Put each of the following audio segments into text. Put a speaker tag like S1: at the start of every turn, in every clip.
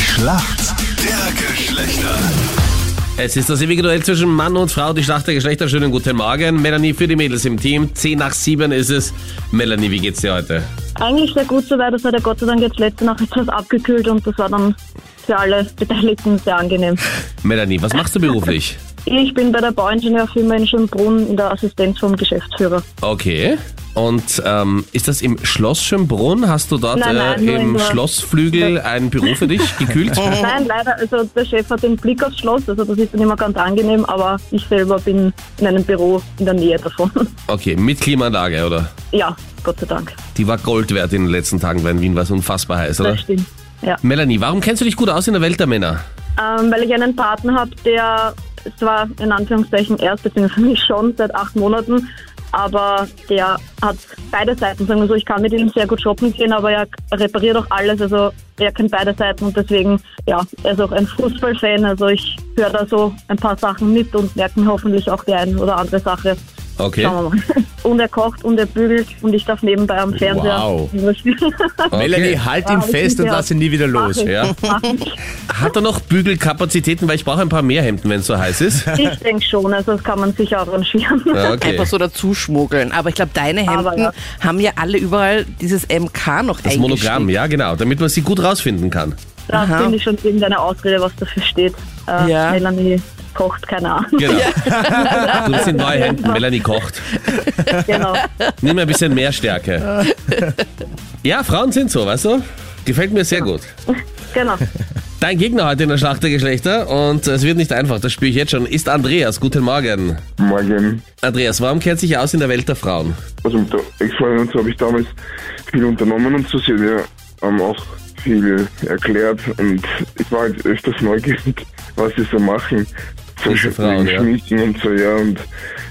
S1: Schlacht der Geschlechter.
S2: Es ist das ewige Duell zwischen Mann und Frau, die Schlacht der Geschlechter. Schönen guten Morgen. Melanie für die Mädels im Team. 10 nach 7 ist es. Melanie, wie geht's dir heute?
S3: Eigentlich sehr gut soweit, es hat ja Gott sei Dank jetzt letzte Nacht etwas abgekühlt und das war dann für alle Beteiligten sehr angenehm.
S2: Melanie, was machst du beruflich?
S3: Ich bin bei der Bauingenieurfirma in Schönbrunn in der Assistenz vom Geschäftsführer.
S2: Okay. Und ähm, ist das im Schloss Schönbrunn? Hast du dort
S3: Nein, nein,
S2: äh,
S3: nur in
S2: im
S3: der-
S2: Schlossflügel ein Büro für dich gekühlt?
S3: Nein, leider, also der Chef hat den Blick aufs Schloss, also das ist dann immer ganz angenehm, aber ich selber bin in einem Büro in der Nähe davon.
S2: Okay, mit Klimaanlage, oder?
S3: Ja, Gott sei Dank.
S2: Die war Gold wert in den letzten Tagen, weil in Wien war es unfassbar heiß, oder?
S3: Das stimmt. Ja.
S2: Melanie, warum kennst du dich gut aus in der Welt der Männer?
S3: Ähm, weil ich einen Partner habe, der zwar in Anführungszeichen erst, beziehungsweise mich schon seit acht Monaten, aber der hat beide Seiten, sagen wir so, ich kann mit ihm sehr gut shoppen gehen, aber er repariert auch alles, also er kennt beide Seiten und deswegen, ja, er ist auch ein Fußballfan, also ich höre da so ein paar Sachen mit und merke mir hoffentlich auch die eine oder andere Sache.
S2: Okay.
S3: Schauen wir mal. Und er kocht und er bügelt und ich darf nebenbei am Fernseher.
S4: Wow.
S2: okay.
S4: Melanie, halt ihn
S3: Wow, ich
S4: fest
S3: bin
S4: und
S3: sehr-
S4: lass ihn nie wieder los.
S3: Mach ich.
S2: Ja.
S3: Mach ich.
S2: Hat er noch Bügelkapazitäten, weil ich brauche ein paar mehr Hemden, wenn es so heiß ist?
S3: Ich denke schon, also das kann man sicher arrangieren.
S2: Ja,
S5: Einfach so dazuschmuggeln. Aber ich glaube, deine
S3: Aber
S5: Hemden
S3: ja.
S5: haben ja alle überall dieses MK noch
S2: Das Monogramm, ja genau, damit man sie gut rausfinden kann.
S3: Da
S5: Aha.
S3: finde ich schon irgendeine Ausrede, was dafür steht. Äh,
S5: Ja.
S3: Melanie kocht, keine Ahnung.
S2: Genau. Du, das sind neue Hemden, Melanie kocht.
S3: genau.
S2: Nimm ein bisschen mehr Stärke. Ja, Frauen sind so, weißt du? Gefällt mir sehr gut.
S3: genau.
S2: Dein Gegner heute in der Schlacht der Geschlechter und es wird nicht einfach, das spüre ich jetzt schon, ist Andreas. Guten Morgen.
S6: Morgen.
S2: Andreas, warum kennt sich aus in der Welt der Frauen?
S6: Also mit der Ex-Freundin und so habe ich damals viel unternommen und so. Sie hat mir ähm, auch viel erklärt und ich war halt öfters neugierig, was sie so machen. So
S2: Diese
S6: Sch-
S2: Frauen,
S6: wegen
S2: ja.
S6: Schminken und so, ja. Und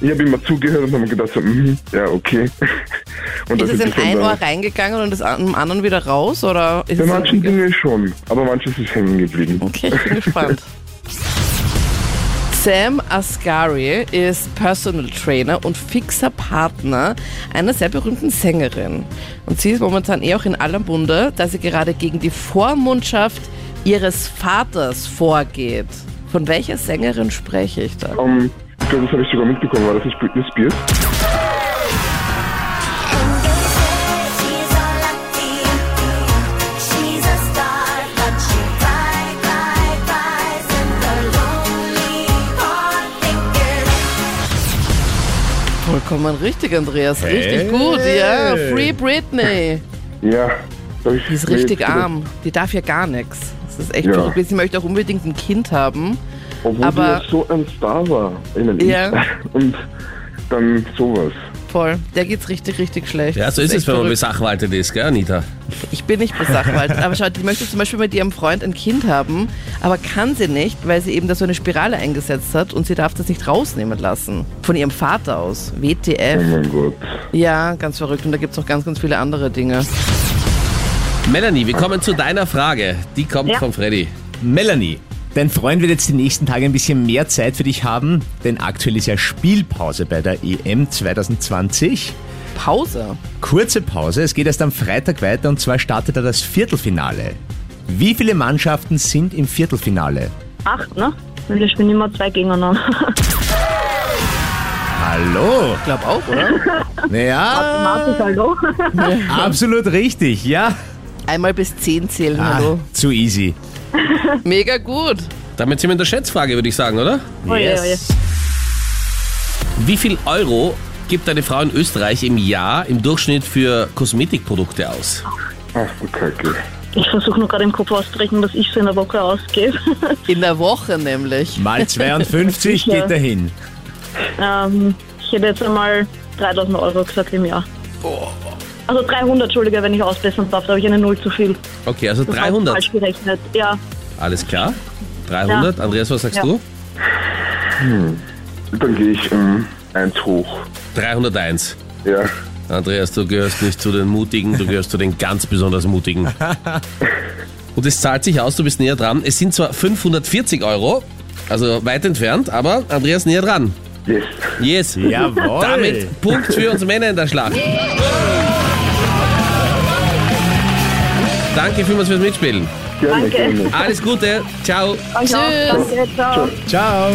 S6: ich habe immer zugehört und habe mir gedacht, so, mhm, ja, okay. Und
S5: Ist
S6: das
S5: es in
S6: schon
S5: ein
S6: da.
S5: Ohr reingegangen und das an- im anderen wieder raus? Oder ist
S6: Bei
S5: es
S6: manchen Dingen schon, aber manches ist hängen geblieben.
S5: Okay, ich bin gespannt. Sam Asghari ist Personal Trainer und fixer Partner einer sehr berühmten Sängerin. Und sie ist momentan eh auch in aller Munde, da sie gerade gegen die Vormundschaft ihres Vaters vorgeht. Von welcher Sängerin spreche ich da?
S6: Ähm, ich glaube, das habe ich sogar mitbekommen. War das nicht Britney Spears?
S7: She's all lucky, she's a star, but she cries, cries, cries, and the lonely heart thinking.
S5: Vollkommen richtig, Andreas. Richtig
S4: Hey.
S5: gut, ja. Free Britney.
S6: Ja. Da hab ich-
S5: Die ist richtig arm. Die darf ja gar nichts. Das ist echt
S6: Ja.
S5: verrückt. Sie möchte auch unbedingt ein Kind haben.
S6: Obwohl
S5: Aber-
S6: sie ja so ein Star war in den
S5: Ja.
S6: Und dann sowas.
S5: Voll. Der geht's richtig, richtig schlecht.
S2: Ja, so ist
S5: Das
S2: es,
S5: echt
S2: wenn man
S5: verrückt.
S2: besachwaltet ist, gell, Anita?
S5: Ich bin nicht besachwaltet. aber schau, die möchte zum Beispiel mit ihrem Freund ein Kind haben, aber kann sie nicht, weil sie eben da so eine Spirale eingesetzt hat und sie darf das nicht rausnehmen lassen. Von ihrem Vater aus.
S6: Oh
S5: WTF.
S6: mein Gott.
S5: Ja, ganz verrückt. Und da gibt's noch ganz, ganz viele andere Dinge.
S2: Melanie, wir kommen zu deiner Frage. Die kommt
S3: Ja.
S2: von Freddy.
S4: Melanie, dein Freund wird jetzt die nächsten Tage ein bisschen mehr Zeit für dich haben, denn aktuell ist ja Spielpause bei der E EM 2020.
S5: Pause.
S4: Kurze Pause, es geht erst am Freitag weiter und zwar startet da das Viertelfinale. Wie viele Mannschaften sind im Viertelfinale?
S3: Acht, ne? Weil wir spielen immer zwei gegeneinander.
S4: Hallo?
S5: Glaub auch, oder? Ah.
S4: Naja,
S3: Mathematik, hallo?
S4: absolut richtig, ja.
S5: Einmal bis zehn zählen, hallo.
S4: Ah, zu easy.
S5: Mega gut.
S2: Damit sind wir in der Schätzfrage, würde ich sagen, oder?
S3: Oje, oje.
S2: Wie viel Euro gibt eine Frau in Österreich im Jahr im Durchschnitt für Kosmetikprodukte aus?
S6: Ach du Kacke.
S3: Ich versuche nur gerade im Kopf auszurechnen, was ich so in der Woche ausgebe.
S5: In der Woche nämlich.
S4: Mal 52
S3: Sicher.
S4: geht dahin.
S3: ähm, ich hätte jetzt einmal 3000 Euro gesagt im Jahr.
S5: Oh.
S3: Also 300, Entschuldige, wenn ich ausbessern darf, da habe ich eine Null zu viel.
S2: Okay, also
S3: Das habe ich Falsch
S2: 300.
S3: gerechnet. Ja,
S2: Alles klar. 300.
S3: Ja.
S2: Andreas, was sagst
S3: Ja.
S2: du?
S6: Dann gehe ich um eins hoch.
S2: 301.
S6: Ja.
S2: Andreas, du gehörst nicht zu den Mutigen, du gehörst zu den ganz besonders Mutigen. Und es zahlt sich aus, du bist näher dran. Es sind zwar 540 Euro, also weit entfernt, aber Andreas näher dran.
S6: Yes.
S2: Yes.
S4: Jawohl.
S2: Damit Punkt für uns Männer in der Schlacht. Danke vielmals fürs Mitspielen.
S8: Gerne,
S3: Danke.
S8: gerne.
S9: Alles Gute. Ciao.
S3: Danke auch.
S2: Tschüss.
S3: Danke, ciao.
S4: Ciao.